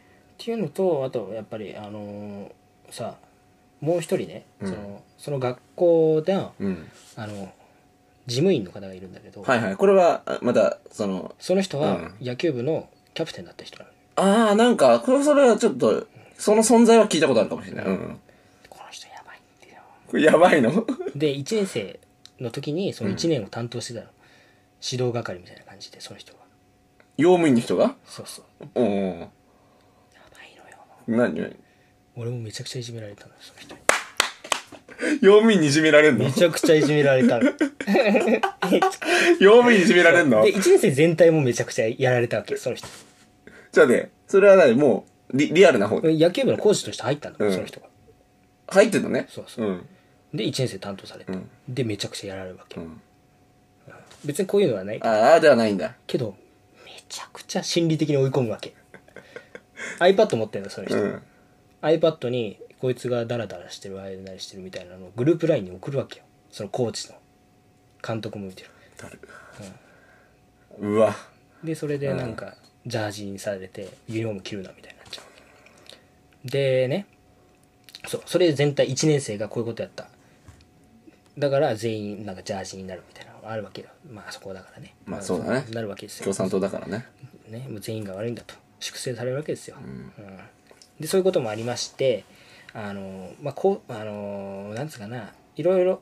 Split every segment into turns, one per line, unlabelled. っていうのとあとやっぱりあのーさもう一人ね、
うん
そのその学校であ
うん。
の事務員の方がいるんだけど、
はいはい。これは、あまた、その、
その人は
う
野球部のキャプテンだった人なの
ああ、なんか、これ、それはちょっと、その存在は聞いたことあるかもしれない。うん。
この人やばいんだよ
これやばいの
で1年生の時にその1年を担当してたの、指導係みたいな感じでその人が
用務員の人が
そうそう
うんうん
やばいのよ
うん。何何
俺もめちゃくちゃいじめられたのその人に
用務員にいじめられんの
めちゃくちゃいじめられたの
用務員にいじめられんの
で1年生全体もめちゃくちゃやられたわけその人
じゃあね、それは何もう、リリアルな方で。
野球部のコーチとして入ったの、
うん
その人が
入ってんのね。
そうそう
うん。
で1年生担当されて、
うん
でめちゃくちゃやられるわけ、
うん。
別にこういうのはない
ああ、ではないんだ。
けどめちゃくちゃ心理的に追い込むわ け iPad 持ってんのその
う
人、
ん。
iPad にこいつがダラダラしてる間にしてるみたいなのをグループ LINE に送るわけよそのコーチの監督も見てる
うわ。
でそれでなんかジャージにされてユニフォーム着るなみたいになっちゃうわけでねそうそれ全体1年生がこういうことやっただから全員なんかジャージになるみたいなのがあるわけよまあそこだからね
まあそうだね
なるわけですよ
共産党だからね。
ね、もう全員が悪いんだと粛清されるわけですよ、うんでそういうこともありましてあのまあこうあのなんつうかないろいろ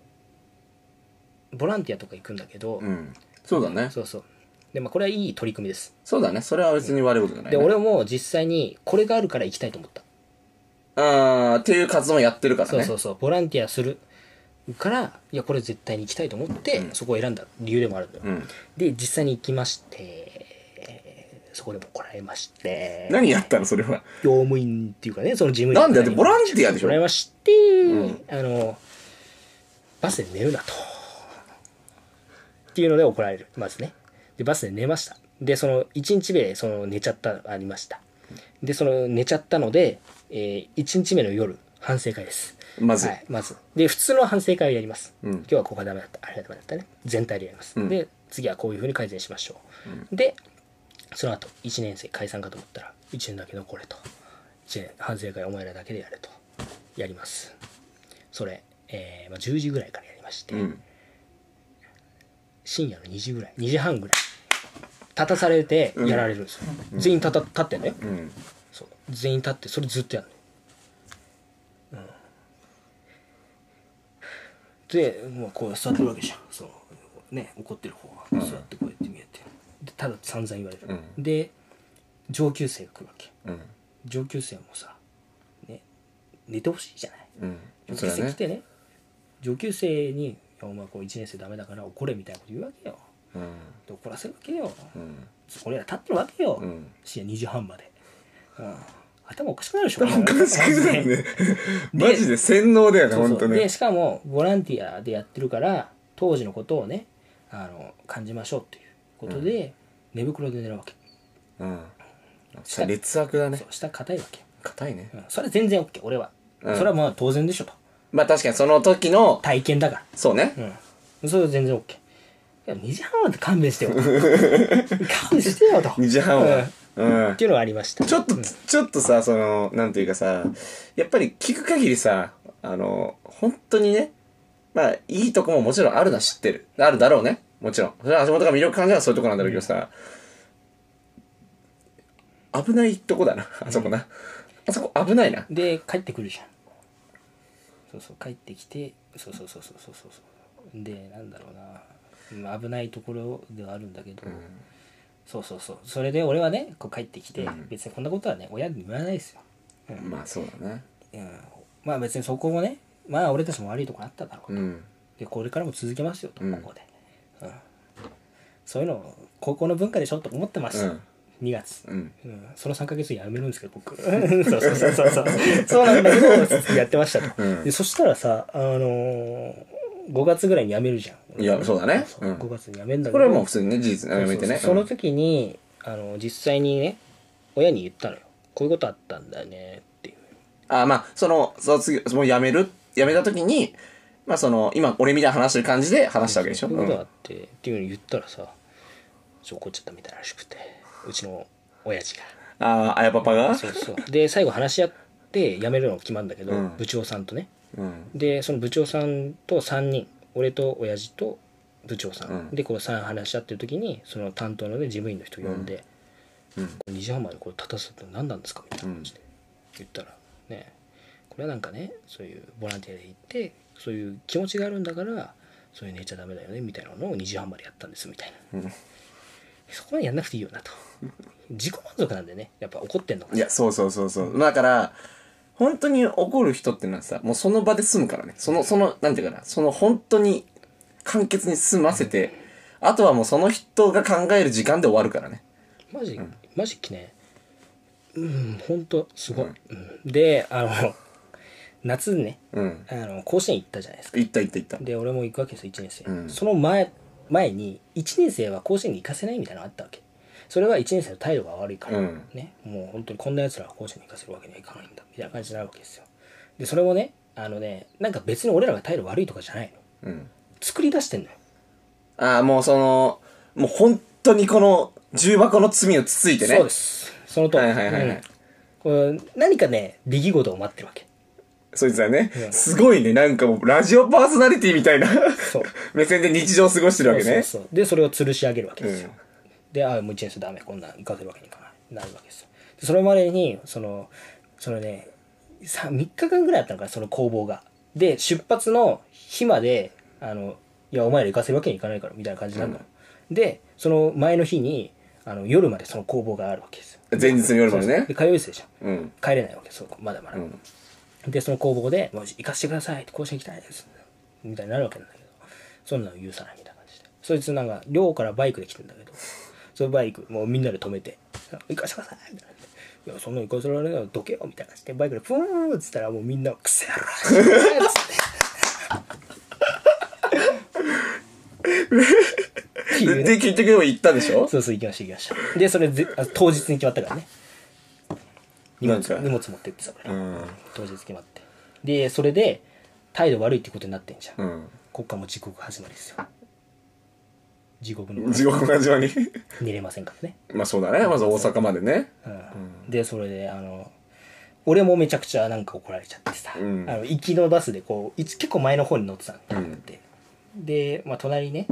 ボランティアとか行くんだけど、
うん。そうだね。
そうそうでまあこれはいい取り組みです、
そうだね。それは別に悪いことじゃない、
で
ね。
俺も実際にこれがあるから行きたいと思った、
ああ、っていう活動をやってるからね。
そうそうそうボランティアするからいやこれ絶対に行きたいと思って、そこを選んだ理由でもあるんだよ、
うん。
で実際に行きましてそこでもこらえまして
何やったのそれは。
業務員っていうかね、その事務員
なんでだってボランティアでし
もらい
ょ
まして、あの、バスで寝るなと。っていうので怒られる、まずね。で、バスで寝ました。で、その、1日目、その、寝ちゃった、ありました。で、その、寝ちゃったので、え1日目の夜、反省会です。
まず。
はい、まず。で、普通の反省会をやります。
うん
今日はここがダメだった、あれがダメだったね。全体でやります。
うん
で、次はこういうふうに改善しましょう。で、その後、1年生解散かと思ったら、1年だけ残れと。1年、反省会お前らだけでやれと。やります。それ、えーまあ、10時ぐらいからやりまして、
うん。
深夜の2時ぐらい、2時半ぐらい。立たされてやられるんですよ。全員立た立ってんだよ。
うん。
そう全員立ってそれずっとやるの、うん、でもうこう座ってるわけじゃんそうね怒ってる方は座ってこうやって見えて、でただ散々言われる、で上級生が来るわけ
うん。
上級生もさ、ね、寝てほしいじゃない
うん。
上
そ
級
れは
生来
ね。
てね上級生にいや「お前こう1年生ダメだから怒れ」みたいなこと言うわけよ
うん。
で怒らせるわけよ、
うん。
俺ら立ってるわけよ、
うん。
深夜2時半まで、うん、頭おかしくなるでしょ
おかしくなるね。 マジで洗脳だよね、
そう
ほ
そ
ん
う
と
で
ね。
しかもボランティアでやってるから当時のことをねあの感じましょうっていうことで、寝袋で寝るわけ
うん。さ劣悪だね
そう。下硬いわけ、
硬いね
う。ん、それ全然 OK 俺は、
うん
それはまあ当然でしょと
まあ確かにその時の、
体験だか
そうね。
ら、うん、それは全然 OK いや2時半まで勘弁 してよと勘弁してよと
2時半は。うん
っ。ていうのがありました
ちょっと、ちょっとさ、その、なんていうかさ、やっぱり聞く限りさ、あの、本当にね、まあ、いいとこももちろんあるのは知ってる。あるだろうね。もちろん。それは橋本が魅力感じるのはそういうとこなんだろうけどさ、危ないとこだな、あそこな。あそこ危ないな。
で帰ってくるじゃんそうそう帰ってきてそうそうそうそうそうそうそうでなんだろうなうん危ないところではあるんだけど、そうそうそうそれで俺はねこう帰ってきて、別にこんなことはね親にも言わないですよ、
まあ、そうだね。
うん、まあ別にそこもねまあ俺たちも悪いとこあっただろう、
うん。
でこれからも続けますよと、
うん
ここで、うん、そういうのを高校の文化でしょと思ってました、
うん
2月、
うん。
うんその3ヶ月にやめるんですけど、 僕。そうそうそうそうそう。 そうなんだけど、やってましたと。
うん
でそしたらさ、あのー、5月ぐらいに辞めるじゃん。
いや、そうだね。
そうう、
ん。
5
こ
月に辞めるんだけど。
れはもう普通にね、事実ねやめて
そ
ね。
うそうそうの時に、あの、実際にね、親に言ったのよ。こういうことあったんだよね、っていう。
あまあ、その、卒業、もう辞める、辞めた時に、まあその、今、俺みたいな話してる感じで話したわけでしょ。
こういう
う
ことがあ
ん。
って、っていうのに言ったらさ、ちょ、怒っちゃったみたいらしくて、うちの親父が。
ああ、あやパパが
そうそうで最後話し合って辞めるの決まるんだけど、
うん
部長さんとね
うん。
でその部長さんと3人俺と親父と部長さん、
うん
でこの3話し合ってる時にその担当の、ね、事務員の人呼んで、
うん
これ2時半までこれ立たすって何なんですかみたいな感じで言ったらねこれはなんかねそういうボランティアで行ってそういう気持ちがあるんだからそういう寝ちゃダメだよねみたいなのを2時半までやったんですみたいな、
うん
そこはやんなくていいよなと自己満足なんでねやっぱ怒ってんのか
いや、そうそうそうそう。だから、本当に怒る人ってのはさ、もうその場で済むからね。その、その、なんていうかな、その本当に簡潔に済ませて、あとはもうその人が考える時間で終わるからね。
マジ、マジきねうん本当すごい、うんであの 夏にね
うん。
あの甲子園行ったじゃないですか
いったいったいった。
で俺も行くわけですよ1年生、
うん
その前前に1年生は甲子園に行かせないみたいなのがあったわけそれは1年生の態度が悪いから、
うん
ねもう本当にこんなやつらは甲子園に行かせるわけにはいかないんだみたいな感じになるわけですよでそれもねあのねなんか別に俺らが態度悪いとかじゃないの
うん。
作り出してんのよ
ああ、もうその、もう本当にこの重箱の罪をつついてね。
そうですそのと
はいはいはいはい
うんこれ何かね出来事を待ってるわけ
そいつはね
う、ん
すごいね、なんかもうラジオパーソナリティみたいな
そう
目線で日常を過ごしてるわけ
そうそう
ね。
そうでそれを吊るし上げるわけですよ、
うん
でああもう1年生ダメこんなん行かせるわけにいかないなるわけですよでそれまでにそのそのね 3, 3日間ぐらいあったのかなその工房がで出発の日まであのいやお前ら行かせるわけにいかないからみたいな感じなの、でその前の日にあの夜までその工房があるわけですよ
前日の夜までね
で。通い生じゃん
うん。
帰れないわけそうまだまだ、
うん。
でその工房で「もう行かせてください」甲子園行きたいです」みたいになるわけなんだけどそんなの許さないみたいな感じでそいつなんか寮からバイクで来てんだけどそのバイクもうみんなで止めて「行かせてください」みたいな。いやそんなの行かせられないよどけよみたいなしてバイクでプーンっつったらもうみんな「くせえやろ!」っつって。
で、結局でも行ったでしょ
そうそう行きました行きましたでそれぜあ当日に決まったからね荷物
なんか
荷物持ってってさ俺
うん。
当日決まってでそれで態度悪いってことになってんじゃん、
うん。
こっからもう地獄始まりですよ地獄の
地獄の味わに。
寝れませんからね、
まあそうだね。まず大阪までね。
うんでそれであの俺もめちゃくちゃなんか怒られちゃってさ、
うん
あの行きのバスでこういつ結構前の方に乗ってたんだって、で、まあ、隣ね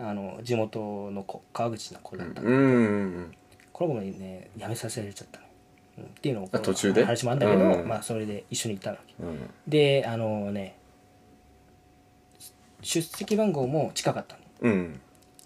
あの地元の子川口の子だったの、
うん。
この子にね辞めさせられちゃったの、うんっていうのを
あ途中で
話もあるんだけど、
うん
まあ、それで一緒に行ったわけ
うん。
であのね出席番号も近かったの
うん。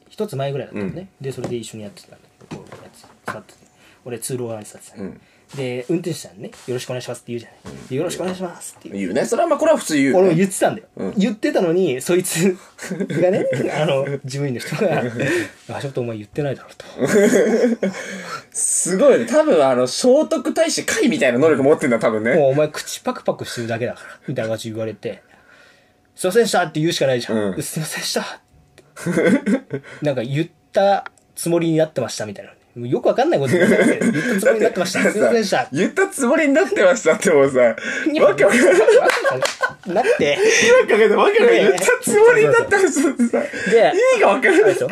一つ前ぐらいだったのね、でそれで一緒にやってたんだけどこうやつ座ってて俺通路側に座ってたの、
うん
で運転手さんにね「よろしくお願いします」って言うじゃない、でよろしくお願いします」って言う、
言うね。それはまあこれは普通言う、ね。
俺も言ってたんだよ、
うん
言ってたのにそいつがねあの事務員の人が「あちょっとお前言ってないだろ」と
すごいね。多分あの、聖徳太子会みたいな能力持ってんだ、多分
「
ね。
もうお前口パクパクしてるだけだから」みたいな感じで言われて「すいませんでした」って言うしかないじゃん「
うん
すいませんでした」なんか言ったつもりになってましたみたいな。よくわかんないこと言ってたんですよ言ったつもりになってました。すいませんでした。わ
言ったつもりになってましたってもうさ、わけわかんない。
けなって。
なんかけど、わけわかんない。言ったつもりになったら、ちょっとさ、
で
意味がわか
あ
ら
れ
な
で
い
し。ょ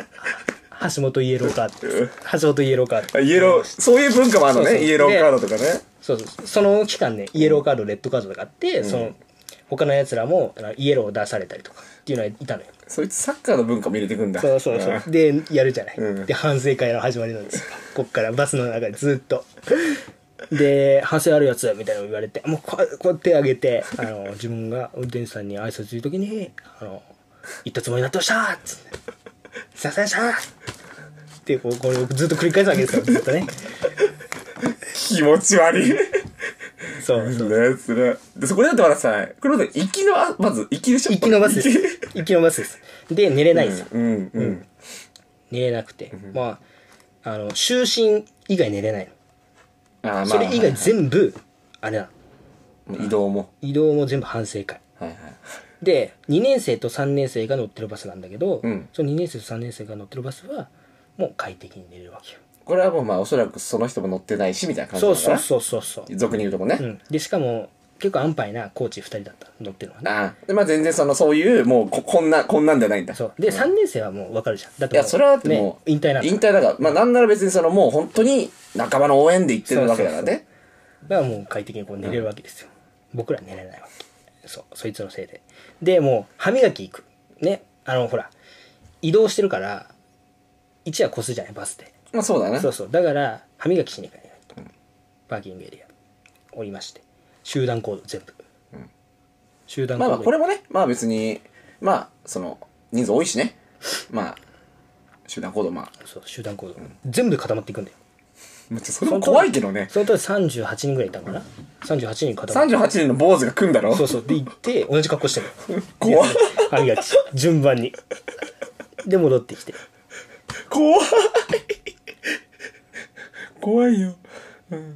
橋本イエローカード。橋本イエローカード。
イエロー、そういう文化もあるのね。
そうそう
イエローカードとかね。
そうそう。その期間ね、イエローカード、レッドカードとかあって、その、他の奴らもあのイエローを出されたりとかっていうのがいたのよ。
そいつサッカーの文化も入れてくんだ。
そうそうそ
ん
う。で、やるじゃない。
うん
で、反省会の始まりなんですよ。こっからバスの中でずっと。で、反省あるやつみたいなの言われて、もうこうこう手挙げて、あの、自分が運転手さんに挨拶するときに、あの、行ったつもりになってましたっつって。すいませんでしたって、こう、これをずっと繰り返すわけですよ、ずっとね。
気持ち悪い。ね、
そうそう。
それ。で、そこでだってまださ、これまで行きの、あまず、行きでしょ
行きのバスです。行きのバスです。で、寝れないんですよ。
うん、うん。
寝れなくて。まあ、あの、就寝以外寝れないの。
あーまあ
それ以外全部、あれなの。
移動も。
移動も全部反省会
はいはい。
で2年生と3年生が乗ってるバスなんだけど、
うん
その2年生と3年生が乗ってるバスはもう快適に寝れるわけよ
これはもうまあ、おそらくその人も乗ってないし、みたいな感じ
そ
だ
う
か
そう
ら。
そうそうそう
俗に言うともね。
うん、でしかも結構安牌なコーチ2人だった乗ってるのはね
ああ。で、まあ全然その、そういう、もうこ、こんな、こんなんじゃないんだ。
そうで3年生はもう分かるじゃんだって
い
もう
や、それはだってもう、
ね、引退なんだ
引退だから。まあなんなら別にその、もう本当に仲間の応援で行ってるわけだからね。
だからもう快適にこう寝れるわけですよ、僕ら寝れないわけそうそいつのせいででもう歯磨き行くねあのほら移動してるから一夜越すじゃないバスで
まあそうだね。
そうそうだから歯磨きしに行かないと、パーキングエリアおりまして集団行動全部、集団行
まあ
動、
まあ、これもね、まあ別に、まあ、その、人数多いしね。まあ、集団行動、まあ。
そう集団行動、全部固まっていくんだよ
めっちゃそれも怖いけどね。
その時38人ぐらいいたのかな38人固まって
38人の坊主が組んだろ
そうそう。で、行って、同じ格好してる。
怖っ
歯磨きし、順番に。で、戻ってきて。
怖い怖いよ。うん。
っ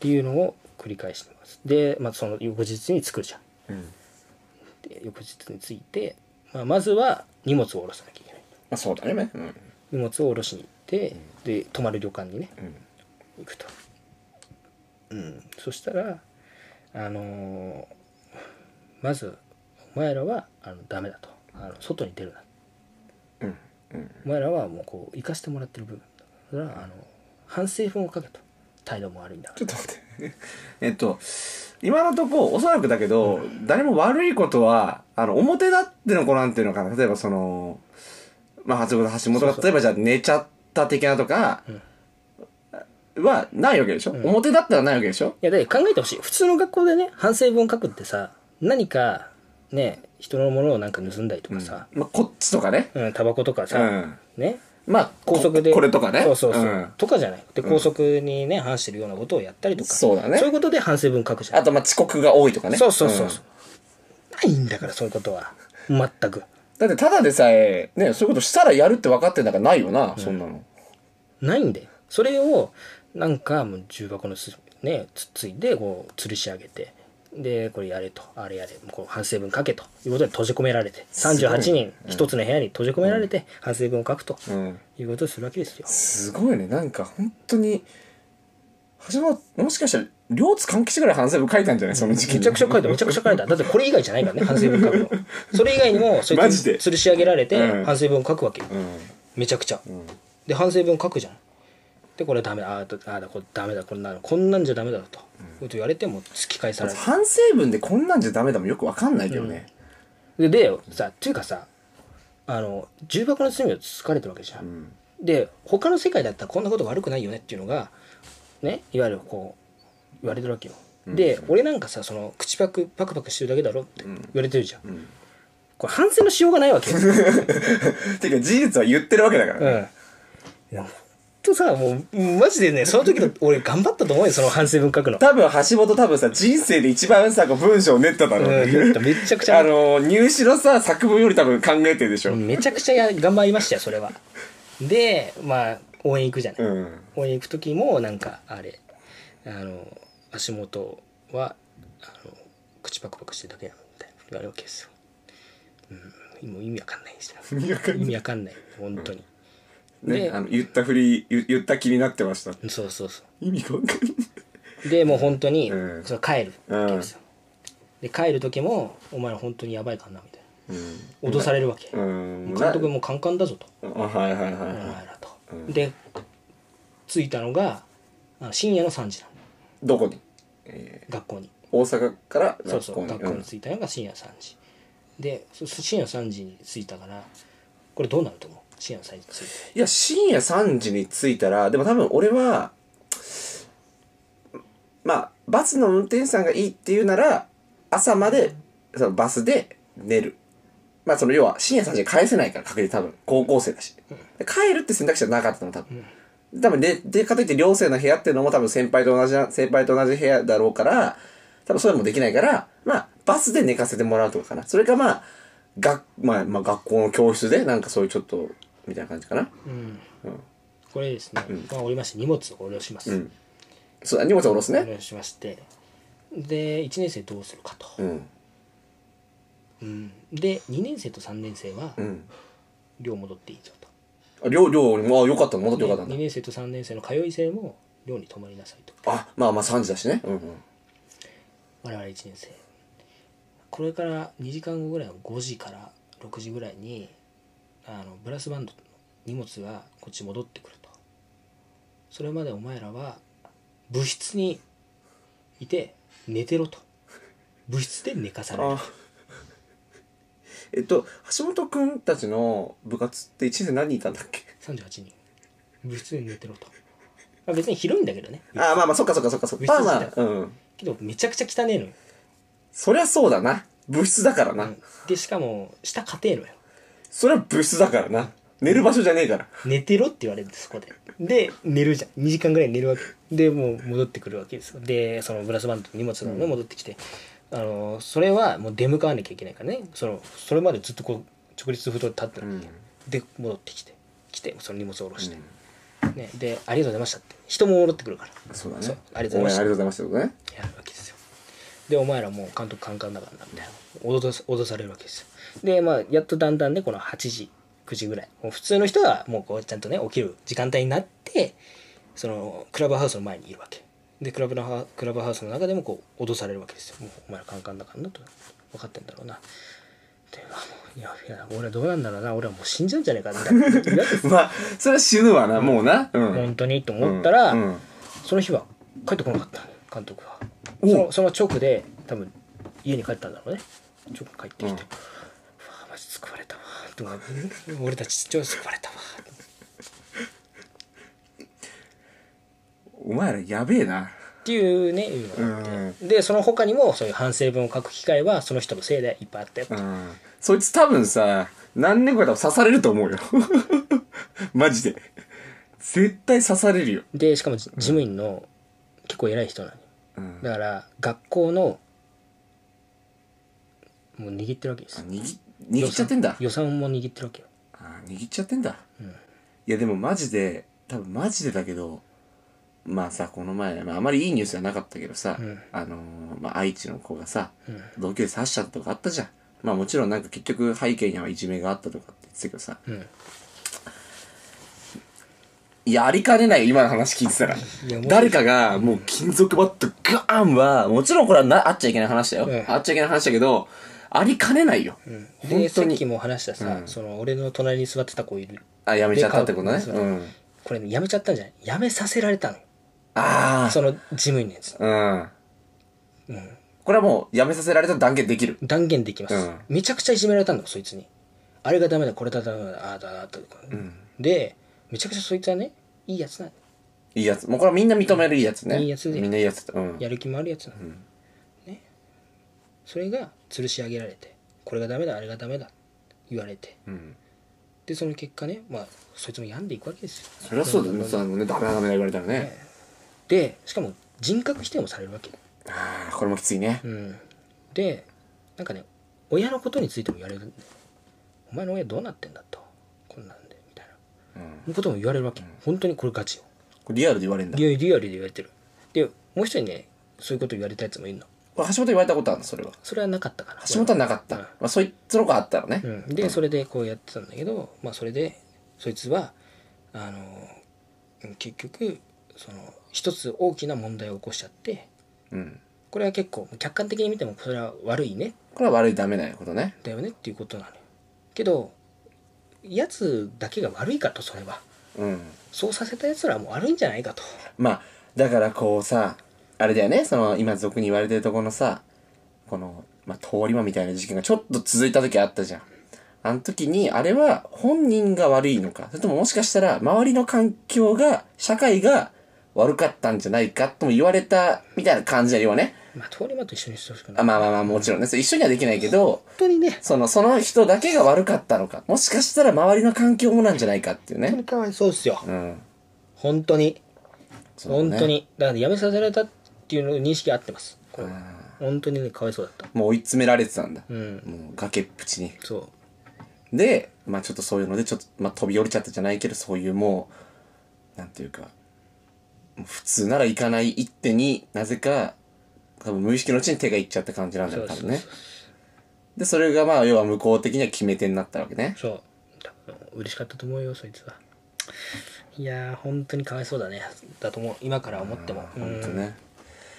ていうのを繰り返してます。で、まあ、その翌日に作るじゃん。
うん。ま
で、翌日について、まあ、まずは荷物を下ろさなきゃいけない。
あそうだね。うん。
荷物を下ろしに行って、で、泊まる旅館にね、
うん。
行くと。うん。そしたら、あのーまず、お前らは、あの、ダメだと。あの、外に出るな。
うん。うん。
お前らはもうこう生かしてもらってる部分だからあの反省文を書けと態度も悪いんだか
ちょっと待って。えっと、今のとこ、おそらくだけど、誰も悪いことは、あの、表立っての子なんていうのかな。例えばその、まあ、初子と橋本
そう
が
そ、う
例えばじゃあ寝ちゃった的なとか、はないわけでしょ、表立ってはないわけでしょ
らいやだって考えてほしい普通の学校でね反省文を書くってさ何かね人のものをなんか盗んだりとかさ、
まあ、こっちとかね。
うん、タバコとか
う
さ、
ん。
ね
まあ、
高速で
ここれとかね。
そうそうそう、
ん
とかじゃないで高速にね反してるようなことをやったりとか
そうだね
そういうことで反省文書くじゃん
あと、まあ、遅刻が多いとかね。
そうそうそうそう、ないんだからそういうことは全く
うんだって、ただでさえ、ね、そういうことしたらやるって分かってんだからないよな、そんなの。
ないんだよそれをなんかもう重箱のすねつついてこう吊るし上げてでこれやれとあれやれこう反省文書けということで閉じ込められて
すごい
38人一つの部屋に閉じ込められて反省文を書くと
うん。
いうことをするわけですよ
すごいね、なんか本当に、橋本、もしかしたら、両津関係者ぐらい反省文書いたんじゃないその時期に。
めちゃくちゃ書いためちゃくちゃ書いただってこれ以外じゃないからね反省文書く のそれ以外にもそい
マ
つ
ジで
吊るし上げられ
う
て
ん
反省文を書くわけよ
うん。
めちゃくちゃ
うん。
で反省文書くじゃんでこれダメだあーだあーだこれダメだこんなのこんなんじゃダメだと、こと言われても突き返される
反省文でこんなんじゃダメだもんよくわかんないけどね。
ででさっていうかさあの重箱の罪をつかれてるわけじゃん、
ん
で他の世界だったらこんなこと悪くないよねっていうのがねいわゆるこう言われてるわけよ、で俺なんかさその口パクパクパクしてるだけだろって言われてるじゃん、
ん
これ反省のしようがないわけ よ、うん、
てか、事実は言ってるわけだからね。
いやほんとさもうマジでねその時の俺頑張ったと思うよその反省文書くの
多分、橋本多分さ、人生で一番さ、こう文章を練っただろうね
うん練っためちゃくちゃ
あの、入試のさ、作文より多分考えてるでしょ。
めちゃくちゃや頑張りましたよそれはでまあ応援行くじゃない、
うん。
ここに行く時もなんかあれあの足元はあの口パクパクしてるだけなのみたいな言われるわけですよ、うん、もう意味わかんないですよ
意味わかんない
意味わかんない本当に、
ね、
で
あの、言ったふり、言言った気になってました。
そうそうそ
意味がわかんない。
うでもう本当に、
うん
その帰るわけですよ、で帰る時も「お前ら本当にやばいからな」みたいな脅されるわけ、
うん。うん。
監督もカンカンだぞと
あはいはいはい
お
はい。
前らと、で着いたのがあの深夜の3時なの
どこに
学校に
大阪から学校に
そうそう学校
う
に
ん
着いたのが深夜3時でそそ深夜3時に着いたからこれどうなると思う深夜3時に着い
いや深夜3時に着いたらでも多分俺はまあバスの運転手さんがいいっていうなら朝までそのバスで寝るまあその要は深夜3時に帰せないから確実に多分高校生だし、で帰るって選択肢はなかったの多分、多分ででかといって寮生の部屋っていうのも多分先輩と同じな先輩と同じ部屋だろうから多分それもできないからまあバスで寝かせてもらうとかかなそれかまあ学まあ、まあ学校の教室でなんかそういうちょっとみたいな感じかな
てうん、
うん
これですね、まあ、降りまして荷物を降ろします、
うん。そうだ、荷物を下ろす
降
ね。
ろしましてで1年生どうするかと、
うん。
うんで2年生と3年生は
うん。
寮戻っていいぞと、
あ寮、寮にも、あ、よかった、戻ってよかったんだ
2。年生と3年生の通い生も寮に泊まりなさいと
あ、まあまあ3時だしね。うんうん。
我々1年生これから2時間後ぐらいの5時から6時ぐらいにあのブラスバンドの荷物がこっち戻ってくるとそれまでお前らは部室にいて寝てろと部室で寝かされる
あ えっと橋本くんたちの部活って1年生何人いたんだっけ
38人部室で寝てろと、まあ、別に広いんだけどね
ああまあまあそっかそっかそっかそっ
部
か
室
まあ
自
ま
体
あうん
けどめちゃくちゃ汚ねえのよ、
そりゃそうだな部室だからな、
うんでしかも下硬えのよ
それは部室だからな寝る場所じゃねえから
寝てろって言われるんですそこでで寝るじゃん2時間ぐらい寝るわけでもう戻ってくるわけですよでそのブラスバンドの荷物がね戻ってきて、あのそれはもう出向かわなきゃいけないからねそのそれまでずっとこう直立不動で立ってるわけ、で戻ってきて来てその荷物を下ろして、ね、で「ありがとうございました」って人も戻ってくるから
そうだ
そう
ね
ありがとうございました
応援ありがとうございましたとかね
やるわけですよでお前らもう監督カンカンだからなみたいな脅さ脅されるわけですよでまあやっとだんだんねこの8時9時ぐらいもう普通の人はもうこうちゃんとね起きる時間帯になってそのクラブハウスの前にいるわけでクラブのハクラブハウスの中でもこう脅されるわけですよもうお前らカンカンだからなと分かってんだろうなであもういやいや俺どうなんだろうな俺はもう死んじゃうんじゃねえかみたいないや
まあそれは死ぬわな、もうなうん
本当にと思ったら、
うんうん
その日は帰ってこなかった監督は
お
そのその直で多分家に帰ったんだろうね直帰ってきて、う
うん
わあマジ救われたわとか俺たち超救われたわ
お前らやべえな
っていうねいうのがあって、
うん
でその他にもそういう反省文を書く機会はその人のせいでいっぱいあったよ、
うんそいつ多分さ何年か多分刺されると思うよ マジで絶対刺されるよ、
でしかもじ事務員の結構偉い人なのよ
うん、
だから学校のもう握ってるわけですよ
握握っちゃってんだ
予算も握ってるわけよ
あー握っちゃってんだ、
うん
いやでもマジで多分マジでだけどまあさこの前、まあ、あまりいいニュースじゃなかったけどさ、
うん
あのーまあ、愛知の子がさ、
うん
同級生刺しちゃったとかあったじゃんまあもちろんなんか結局背景にはいじめがあったとかって言ってたけどさ
うん
いやありかねないよ今の話聞いてたら
やもう
誰かがもう金属バットガーンはもちろんこれはなあっちゃいけない話だよ、
うん
あっちゃいけない話だけどありかねないよ、
で
本
さ
当
っ
に
きも話したさ、
うん
その俺の隣に座ってた子いる
あやめちゃったってことね
で
うん
これねやめちゃったんじゃないやめさせられたの
ああ
その事務員のやつ
うんこれはもうやめさせられた断言できる
断言できます、
うん
めちゃくちゃいじめられたんだそいつにあれがダメだこれがダメだああだなとか、でめちゃくちゃそいつはねいいやつなんだ
いいやつもうこれはみんな認めるいいやつね
いいやつで
みんないいやつだうん
やる気もあるやつなの、ねそれが吊るし上げられてこれがダメだあれがダメだ言われて
うん
でその結果ねまあそいつも病んでいくわけですよ
そりゃそうだよねあのねダメだダメだ言われたらね
でしかも人格否定もされるわけ
ああこれもきついね
うん、でなんかね親のことについても言われるんだよお前の親どうなってんだとこんなんでみたい
うん
なことも言われるわけ本当にこれガチよ
これリアルで言われるんだ
リアリアルで言われてるでもう一人ねそういうこと言われたやつもいるの
これ橋本言われたことあるのそれは
それはなかったかな
橋本はなかった
うん
まあそいつの子あったらね
うん、でそれでこうやってたんだけど、まあ、それでそいつはあのうん結局その一つ大きな問題を起こしちゃって
うん
これは結構客観的に見てもそれは悪いね
これは悪いダメなことね
だよねっていうことなのよけどやつだけが悪いかとそれは
うん
そうさせたやつらはもう悪いんじゃないかと
まあだからこうさあれだよねその今俗に言われてるところのさこの、まあ、通り魔みたいな事件がちょっと続いた時あったじゃんあの時にあれは本人が悪いのかそれとももしかしたら周りの環境が社会が悪かったんじゃないかとも言われたみたいな感じだよね
まあ通り魔と一緒にしてほしくな
あ
い本
まあまあまあもちろんねそれ一緒にはできないけど
当にね
そのその人だけが悪かったのかもしかしたら周りの環境もなんじゃないかっていう
本当
ね
にかわいそうっすよ
うん
本当に
そうだね
本当にだからやめさせられたっていうの認識あってますこれは本当にねかわいそうだった
もう追い詰められてたんだ
うん
もう崖っぷちに
そ
で、まあちょっとそういうので、ちょっと、まあ飛び降りちゃったじゃないけど、そういうもう、なんていうか、もう普通なら行かない一手になぜか、多分無意識のうちに手がいっちゃった感じなんだよ、
そ
多
う
分ね。で、それがまあ、要は向こう的には決め手になったわけね
う。そう多分嬉しかったと思うよそいつはいやー本当にかわいそうだねだと思う今から思っても
本当
うん
ね。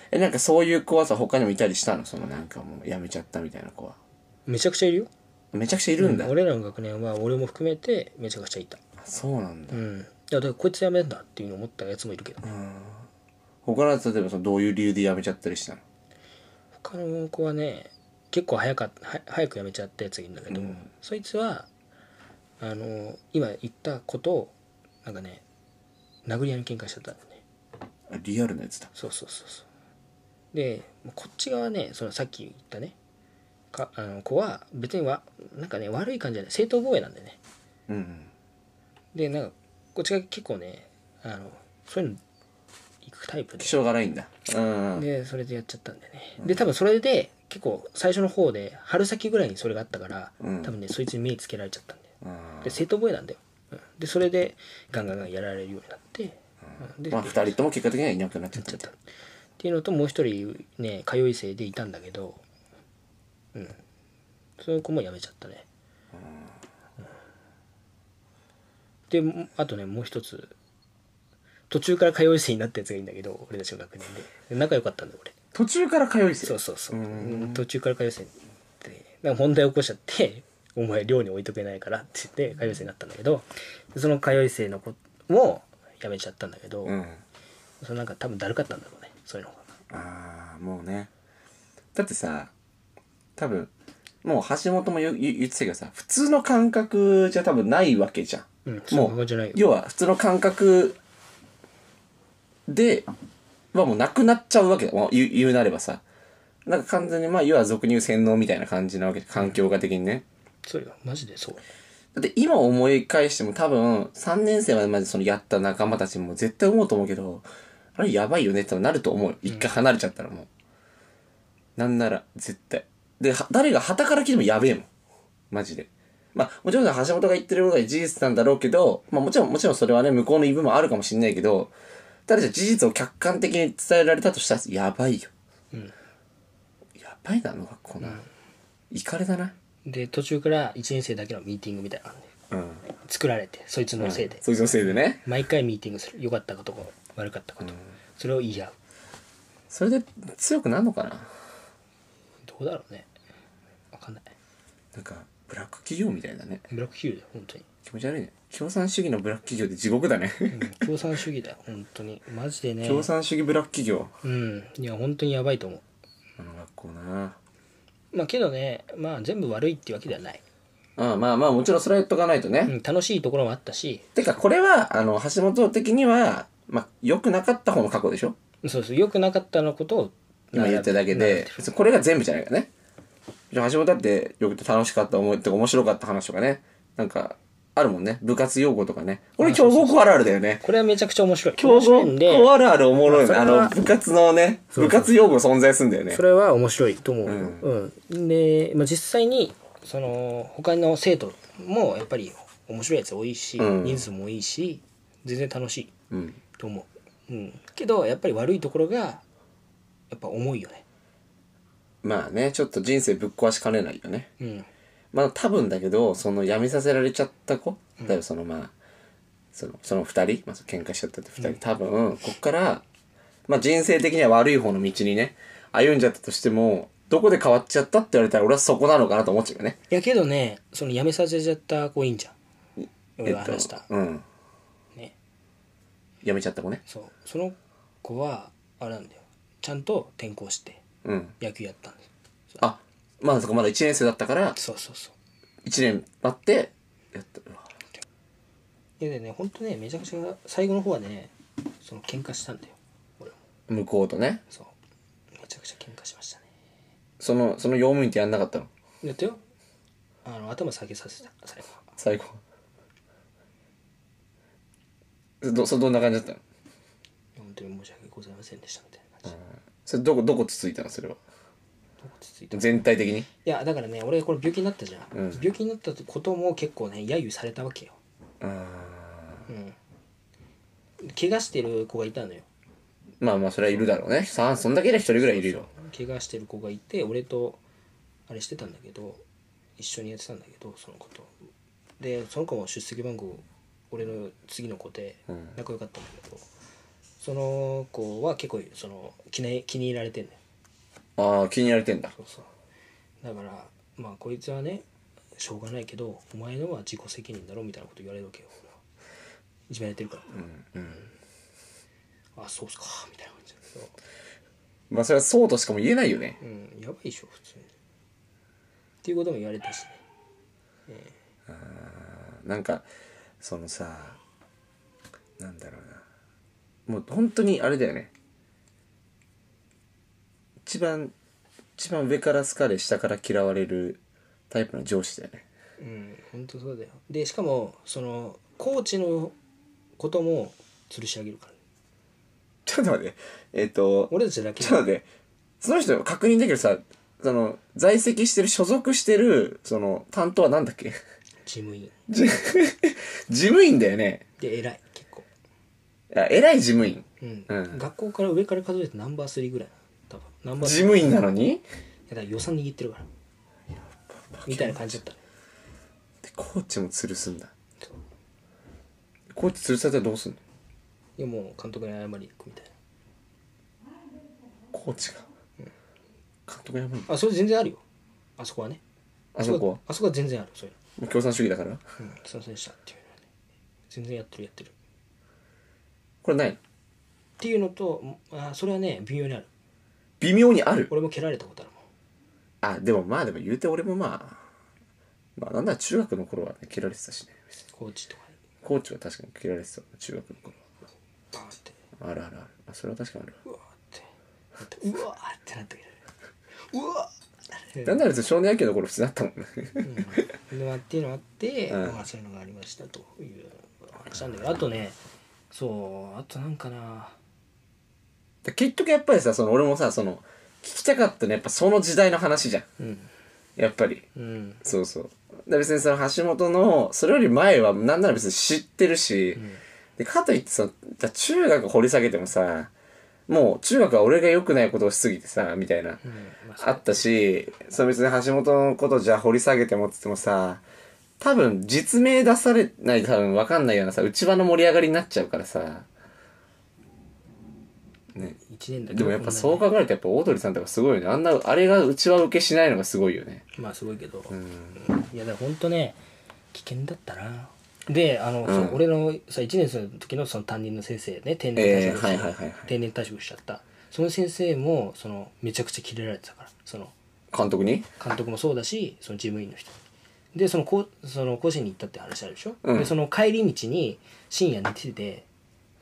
え、なんかそういう子はさ、他にもいたりしたのそのなんかもう辞めちゃったみたいな子は。
めちゃくちゃいるよ、
めちゃくちゃいるんだ。
俺らの学年は俺も含めてめちゃくちゃいた
そうなんだ
う。んいやだからこいつ辞めんだっていうの思ったやつもいるけどね
他のやつ例えばそのどういう理由で辞めちゃったりしたの
他の子はね結構早かっは早く辞めちゃったやつがいるんだけど、
うん
そいつはあの今言ったことをなんかね殴り合いの喧嘩しちゃったんだよね
あリアルなやつだ。
そうそうそうそうでこっち側ねそのさっき言ったねかあの子は別にわなんかね悪い感じじゃない正当防衛なんだよね
うんうん。
でなんかこっちが結構ねあのそういうの行くタイプで
気性が荒いんだ。うんうん。
でそれでやっちゃったんだよね、で多分それで結構最初の方で春先ぐらいにそれがあったから、
うん
多分ねそいつに目つけられちゃったんだよ
うん
で正当防衛なんだよ、うんでそれでガンガンガンやられるようになって、うんで
まあ
やっ
二人とも結果的にはいなくなっちゃった
ちゃ
み
ったた
い
っていうのともう一人ね通い生でいたんだけどうんその子も辞めちゃったね、うんであとねもう一つ途中から通い生になったやつがいいんだけど俺たちの学年で仲良かったんだよ俺
途中から通い
そ
生
うそうそう
う
途中から通い生ってなんか問題起こしちゃって 「お前寮に置いとけないから」って言って通い生になったんだけどその通い生の子も辞めちゃったんだけど、
うん
そのなんか多分だるかったんだろうねそういうのが。
ああもうねだってさ多分もう橋本も言う言う言ってたけどさ普通の感覚じゃ多分ないわけじゃん
うん、
もう
そうじゃないよ。
要は普通の感覚ではもうなくなっちゃうわけだもう言う言うなればさなんか完全にまあ要は俗に言う洗脳みたいな感じなわけ環境が的にね
そうよ、マジでそう。
だって今思い返しても多分3年生までまでそのやった仲間たちも絶対思うと思うけどあれやばいよねってなると思うよ一回離れちゃったらもう、なんなら絶対では誰が旗から来てもやべえもんマジでまあもちろん橋本が言ってることは事実なんだろうけどまあもちろんもちろんそれはね向こうの言い分もあるかもしんないけどただじゃあ事実を客観的に伝えられたとしたらやばいよ、
うん
やばいなあの学校なイカれだな
で、途中から1年生だけのミーティングみたいなのがね
うん
作られて、そいつのせいで。
そいつのせいでね
毎回ミーティングする。良かったこと、悪かったこと。それを言い合う。
それで強くなるのかな
どうだろうね。わかんない。
なんかブラック企業みたいだね
ブラックヒールだよ、本当に。
気持ち悪いね共産主義のブラック企業って地獄だね
うん、共産主義だよ、本当に。マジでね。
共産主義ブラック企業
うん。いや、本当にやばいと思
あの学校な
う。まあ、けどね、まあ、全部悪いってわけではない。
ああまあまあもちろんそれは言っとかないとね、
うん、楽しいところもあったし、
てかこれはあの橋本的にはまあ良くなかった方の過去でしょ
そうそう、良くなかったのことを
今言ってるだけ
並べ
で
てる
これが全部じゃないからねじゃあ橋本だってよくて楽しかった思いとか面白かった話とかねなんかあるもんね部活用語とかねこれ強豪校あるあるだよね
これはめちゃくちゃ面白い。
強
面白
豪
いんで
校あるあるおもろい
そ
ね
れ
あ
は
の部活のね部活用語存在すんだよね
それは面白いと思う、
ん
うんで、まあ、実際にその他の生徒もやっぱり面白いやつ多いし、
うん
人数もいいし全然楽しい
うん
と思う、うん、けどやっぱり悪いところがやっぱ重いよね
まあねちょっと人生ぶっ壊しかねないよね
うん
まあ多分だけどその辞めさせられちゃった子だよそのまあそのその2人、まあ、その喧嘩しちゃったって2人、多分こっから、まあ、人生的には悪い方の道にね歩んじゃったとしてもどこで変わっちゃったって言われたら俺はそこなのかなと思っちゃうよね
いやけどねその辞めさせちゃった子いいんじゃん俺が
えっ
話した、
とうん
ね
辞めちゃった子ね
そうその子はあれなんだよちゃんと転校して
うん
野球やったんです
あまあそこまだ1年生だったから
そうそうそう
1年待ってやったうわ
いやでねほんとねめちゃくちゃ最後の方はねその喧嘩したんだよ俺も
向こうとね
そうめちゃくちゃ喧嘩しましたね
そのその用務員ってやんなかったの
やったよあの頭下げさせた最後
最後どそれどんな感じだったの
本当に申し訳ございませんでしたみたいな感じ、
それどこどこつついたのそれは
落ち着いたい
全体的に
やだからね俺これ病気になったじゃん、
うん
病気になったことも結構ね揶揄されたわけよ
あ
うん怪我してる子がいたのよ
まあまあそれはいるだろうねさあそんだけで一人ぐらいいるよ
怪我してる子がいて俺とあれしてたんだけど一緒にやってたんだけどその子とでその子も出席番号俺の次の子で
うん
仲良かったんだけど、その子は結構その気,、ね、気に入られてんだよ
ああ、気に入られてんだ。
そうそうだからまあこいつはねしょうがないけどお前のは自己責任だろみたいなこと言われるわけよ俺はいじめられてるから、あそうっすかみたいな感じだけど
まあ、それはそうとしかも言えないよね。
うんやばいでしょ普通にっていうことも言われたしね
なんか、そのさ、なんだろうな。もう本当にあれだよね。一番、一番上から好かれ、下から嫌われるタイプの上司だよね。
うん本当そうだよでしかもそのコーチのことも吊るし上げるからね
ちょっと待って、えっ、と、
俺たちだけ
ちょっと待って、その人確認できるさ、その、在籍してる、所属してる、その、担当はなんだっけ
事務員
じ事務員だよね。
で偉い結構、
いや偉い事務員。
うん
うん
学校から上から数えてナンバー3ぐらいな多分ナンバー
事
3
務員なのに
だから予算握ってるからみたいな感じだったね
でコーチも吊るすんだ。
そう
コーチ吊るされたらどうすんの
いやもう監督に謝りに行くみたい
コーチが。監督やばい
なあそれ全然あるよあそこはね
あそこは
あそこは全然あるそういう
もう共産主義だから
のうんすいませんでしたっていうのはね全然やってるやってるっ
これないの
ていうのとあそれはね微妙にある
微妙にある
俺も蹴られたことあるもん
あ、でもまあでも言うて俺もまあ、まあなんなら中学の頃はね、蹴られてたしね。
コーチとかに
コーチは確かに蹴られてたわ中学の頃
バーンって
は。あるあるある。あ、それは確かにある
う
わ。
わーってうわーってなったけどうわー
なんなら別に少年野球の頃普通だったもんね。
うんでまあっていうのがあって、
うん
まあ、そういうのがありましたという話なんだけどあとねそうあとなんかな
で結局やっぱりさ、その俺もさ、その、聞きたかったね、やっぱその時代の話じゃん。
うん
やっぱり。
うん
そうそう。で別にその橋本の、それより前はなんなら別に知ってるし、で、かといってさ、じゃあ中学掘り下げてもさ、もう中学は俺が良くないことをしすぎてさ、みたいな、
うんまあそ
あったし、その別に橋本のことじゃあ掘り下げてもって言ってもさ、多分実名出されないと多分わかんないようなさ、内輪の盛り上がりになっちゃうからさ、ね。
一年だけ
でもやっぱそう
か
考えるとやっぱオードリーさんとかすごいよね。あんな、あれが内輪受けしないのがすごいよね。
まあすごいけど、
うん。
いやだからほんとね危険だったなであの、
ん
そう俺のさ1年生の時のその担任の先生ね定年退
えー
職し
はいはいはいはい
定年退職しちゃったその先生もそのめちゃくちゃキレられてたからその
監督に
監督もそうだしその事務員の人でそのこうその甲子園に行ったって話あるでしょ、
うん
でその帰り道に深夜寝てて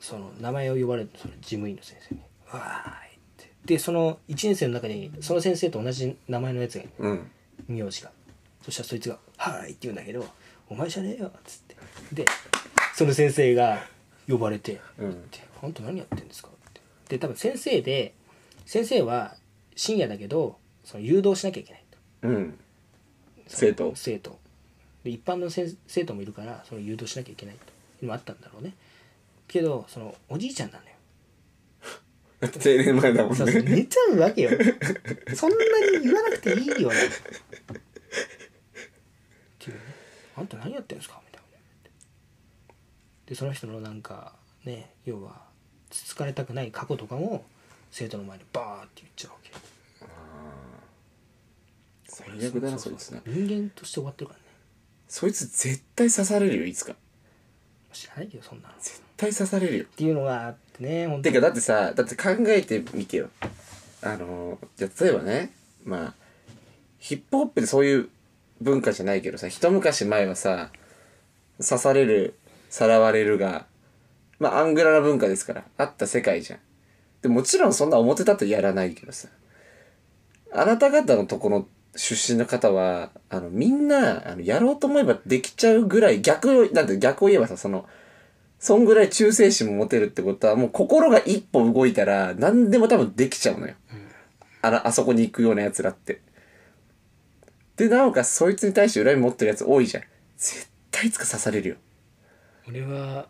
その名前を呼ばれるその事務員の先生に「わーい」ってでその1年生の中にその先生と同じ名前のやつがいる
うん。
名字がそしたらそいつが「はーい」って言うんだけど「お前じゃねえよ」っつってでその先生が呼ばれて「
うん
ってあんた何やってんですか?」ってで多分先生で先生は深夜だけどその誘導しなきゃいけないと
うん。生徒
生徒で一般の先生徒もいるからその誘導しなきゃいけないというのもあったんだろうねけどそのおじいちゃんなのよ
だって定年前だもん
そうそう
ね。
寝ちゃうわけよそんなに言わなくていいよねっていうね「あんた何やってんですか?」みたいなでその人のなんかね要はつつかれたくない過去とかも生徒の前でバーって言っちゃうわけ
最悪だな、そいつな。
人間として終わってるからね
そいつ絶対刺されるよ、いつか。
知らないけどそんなのっ
絶対刺されるよ。
ていうのがあってね本当
て
に
か、だってさ、だって考えてみてよ。あのー、じゃあ例えばね、まあ、ヒップホップでそういう文化じゃないけどさ、一昔前はさ、刺される、さらわれるが、まあ、アングラな文化ですから、あった世界じゃん。でもちろんそんな表立ってやらないけどさ、あなた方のとこの出身の方は、あの、みんな、あの、やろうと思えばできちゃうぐらい、逆を、なんて逆を言えばさ、その、そんぐらい忠誠心も持てるってことは、もう心が一歩動いたら、何でも多分できちゃうのよ。あら、あそこに行くような奴らって。で、なおかつそいつに対して恨み持ってる奴多いじゃん。絶対いつか刺されるよ。
俺は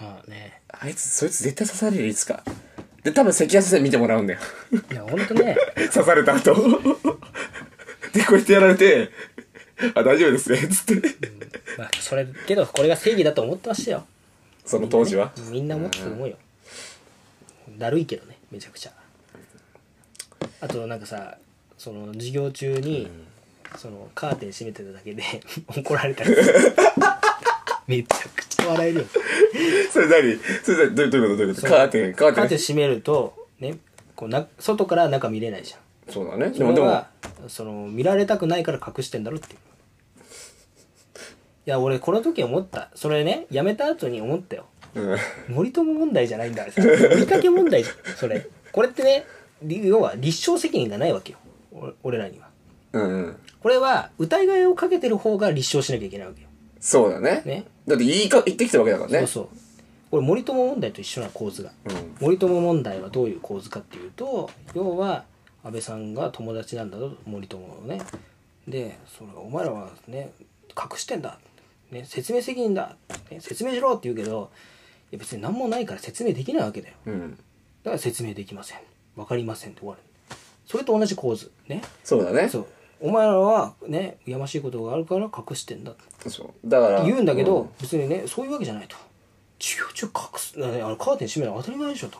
まあね
あいつ、そいつ絶対刺されるよ、いつか。で、多分関谷先生見てもらうんだよ。
いや本当ね
刺された後。 で、こうやってやられて、あ、大丈夫ですね、つって。
まあそれけどこれが正義だと思ってましたよ
その当時は。
みんなねみんな思ってたと思うよ、だるいけどねめちゃくちゃあとなんかさその授業中に、そのカーテン閉めてただけで 怒られたりする めちゃくちゃ笑えるよ
それ何それ何どうどういうことどういうこ
そ
とカ
う
ーテン、カーテ
カ
ン。
ーテン閉めるとねこうな外から中見れないじゃん
そうだね。で
それ
も、でも
は、その見られたくないから隠してんだろっていういや俺この時思ったそれねやめた後に思ったよ
うん。
森友問題じゃないんだからさ見かけ問題じゃんそれこれってねり要は立証責任がないわけよお俺らには
うんうん。
これは疑いをかけてる方が立証しなきゃいけないわけよ
そうだね。
ね
だって言いか、言ってきたわけだから
そ
ね
う。そうこれ森友問題と一緒な構図が
うん。
森友問題はどういう構図かっていうと要は安倍さんが友達なんだと森友のねでそれお前らはね隠してんだ、ね、説明責任だ、ね、説明しろって言うけどいや別に何もないから説明できないわけだよ
うん。
だから説明できません分かりませんって終わるそれと同じ構図ね
そうだね。
そうお前らはねやましいことがあるから隠してんだって
そう。だから。
言うんだけど、別にねそういうわけじゃないと授業中隠すあのカーテン閉めるの当たり前でしょと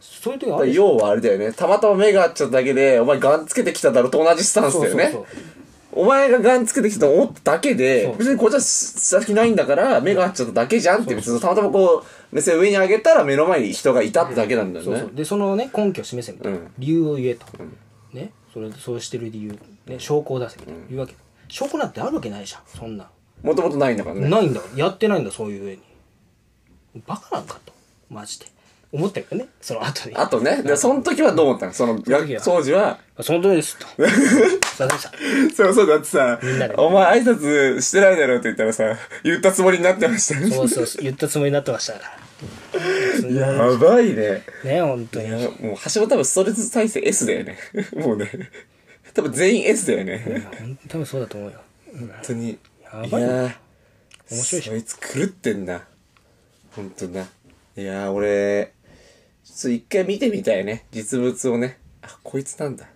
そういう時
う
は
ん。だから要はあれだよね。たまたま目が合っちゃっただけで、お前ガンつけてきただろと同じスタンスだよね。
そうそう
お前がガンつけてきたと思っただけで
そ、う
別にこっちは先ないんだから、目が合っちゃっただけじゃんって、別にたまたまこう、目線上に上げたら目の前に人がいたってだけなんだよ
そうそう
ね
そう。でそのね根拠を示せみたいな、
うん
理由を言えと、ねそれそうしてる理由、ね、証拠を出せみたいな、言うわけ証拠なんてあるわけないじゃんそんな
もともとないんだからね。
ないんだやってないんだそういう上にバカなんかとマジで思ったけどねその後に
あとね、で、その時はどう思ったのその、が
時は
掃除は、
その通りです とすいませんでした
そうそう、だってさ
みんなで、
お前挨拶してないだろって言ったらさ、言ったつもりになってましたよ
そうそうそう言ったつもりになってましたから
やばいね。
ね本当
い
に
や、もう、橋本多分ストレス耐性 S だよね。 もうね。多分全員 S だよね。
多分そうだと思うよ
本当に。
やばいね
やー
面白いじゃ
そいつ狂ってんな。本当な。いやー、俺、ちょっと一回見てみたいね。実物をね。あ、こいつなんだ。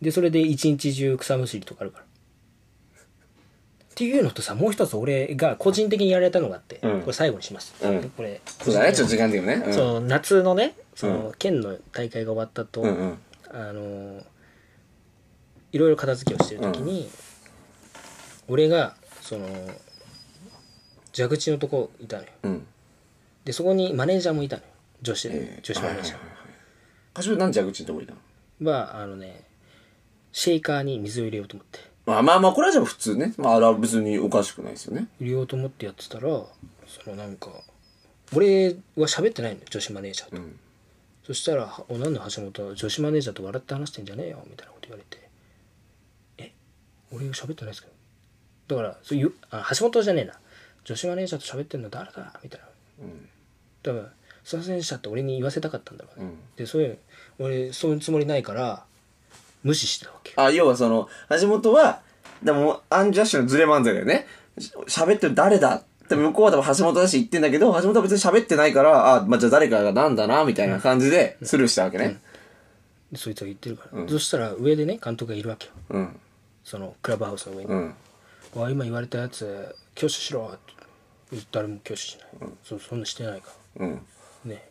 でそれで一日中草むしりとかあるからっていうのとさもう一つ俺が個人的にやられたのがあって、
うん
これ最後にします、
うん
これ
そうだね、ちょっと時間でもね。うん
そう夏のねその、県の大会が終わったと、
うんうん。
あのいろいろ片付けをしてる時に、俺がその蛇口のとこいたのよ
うん。
でそこにマネージャーもいたのよ女子で、女子マネージャー
橋本なんで蛇口のとこいたの
はあのねシェイカーに水を入れようと思って
まあまあまあ、これはじゃあ普通ね。まあ、あれは別におかしくないですよね。
入れようと思ってやってたらそのなんか俺は喋ってないのよ女子マネージャーと、
ん
そしたら「おなんの橋本は女子マネージャーと笑って話してんじゃねえよ」みたいなこと言われて「え俺喋ってないですけど」だからそういうあ橋本じゃねえな女子マネージャーと喋ってんの誰だみたいな
うん。
多分「すいませんでした」って俺に言わせたかったんだろう
う
ね、
ん。
でそういう俺そういうつもりないから無視してたわけよ
あ、要はその、橋本は、でも、アンジャッシュのズレ漫才だよね。し喋ってる誰だでも向こうは多分橋本だし言ってんだけど、橋本は別に喋ってないから、あ、まあ、じゃあ誰かがなんだな、みたいな感じでスルーしたわけね。
でそいつが言ってるから、そしたら上でね監督がいるわけよ
うん。
そのクラブハウスの上に
う、ん。
わ今言われたやつ挙手しろって誰も挙手しない、そそんなしてないか
うん。
らね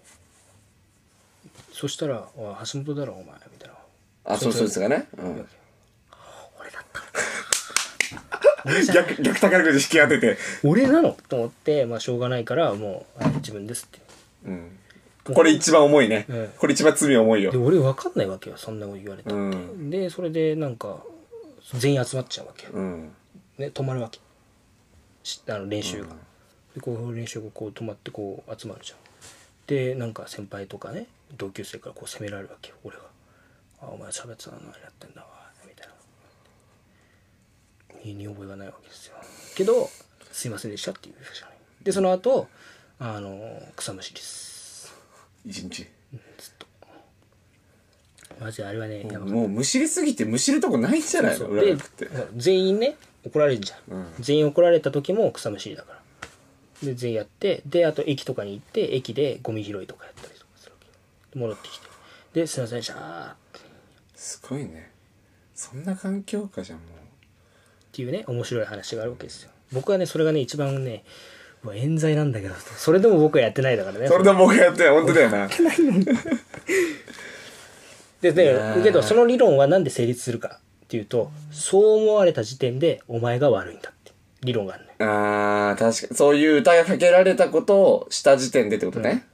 そしたら「おい橋本だろお前」みたいな
あ、そうそうですがね。うん。
「俺だった
逆、逆宝くじ引き当てて。
俺なの?」と思ってまあしょうがないからもうあ「自分です」って
うん。これ一番重いね
うん。
これ一番罪重い
で
よ。
俺分かんないわけよそんなこと言われた
う
ら、
ん。
でそれでなんか全員集まっちゃうわけよ、
うん。
ね、止まるわけしあの練習が、でこう練習がこう止まってこう集まるじゃんでなんか先輩とかね同級生からこう責められるわけよ俺が「あお前喋ってたの何やってんだわ」みたいな身に覚えがないわけですよけど「すいませんでした」っていうしかないでその後あの草むしりです
一日。
ずっとマジであれはねやばかった
もう、むしりすぎて、むしるとこないんじゃないの
そう
裏
で
なくって。
全員ね怒られるじゃん、
うん
全員怒られた時も草むしりだからで全員やってであと駅とかに行って駅でゴミ拾いとかやったりとかするわけで戻ってきてで「すいませんでした」っ
すごいね。そんな環境下じゃん、も
ていうね面白い話があるわけですよ僕はねそれがね一番ねうわ冤罪なんだけどそれでも僕はやってないだからね
う。それでもう一回やって、本当だよな。
ないのにで
いや
で
ー
けどその理論はなんで成立するかっていうとそう思われた時点でお前が悪いんだって理論があるのよ
ああ、確かに。そういう疑いかけられたことをした時点でってことね。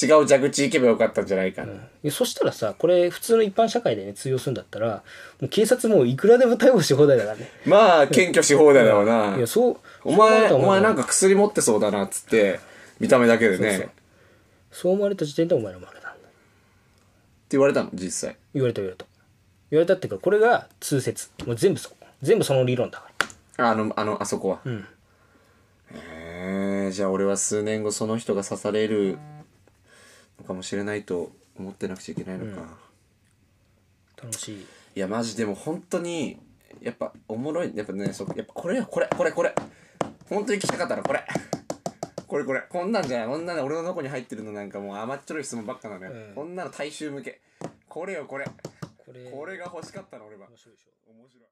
違う蛇口行けばよかったんじゃないかな。
でそしたらさこれ普通の一般社会でね通用するんだったらもう警察もういくらでも逮捕し放題だからね
まあ、謙虚し放題だろうな。
いやそう
お前、
そう
お
思わ
前
れたら
なんか薬持ってそうだな、つって、見た目だけでね。
そうそう
って
そう思われた時点でお前の負けなんだ
言われたの、実際。
言われた言われた言われたっていうかこれが通説もう全部そう全部その理論だから
あの、あの、あそこは。
ん
えー、じゃあ俺は数年後その人が刺されるのかもしれないと思ってなくちゃいけないのか。
楽しい
いやマジでも本当にやっぱおもろいやっぱねそうやっぱこれよこれこれこれ本当に聞きたかったらこれこれこれこんなんじゃないこんなの俺のとこに入ってるのなんかもう甘っちょろい質問ばっかなのよ、
うん
こんなの大衆向けこれよこれ
これ
これが欲しかったの俺は
面白いでしょ
面白い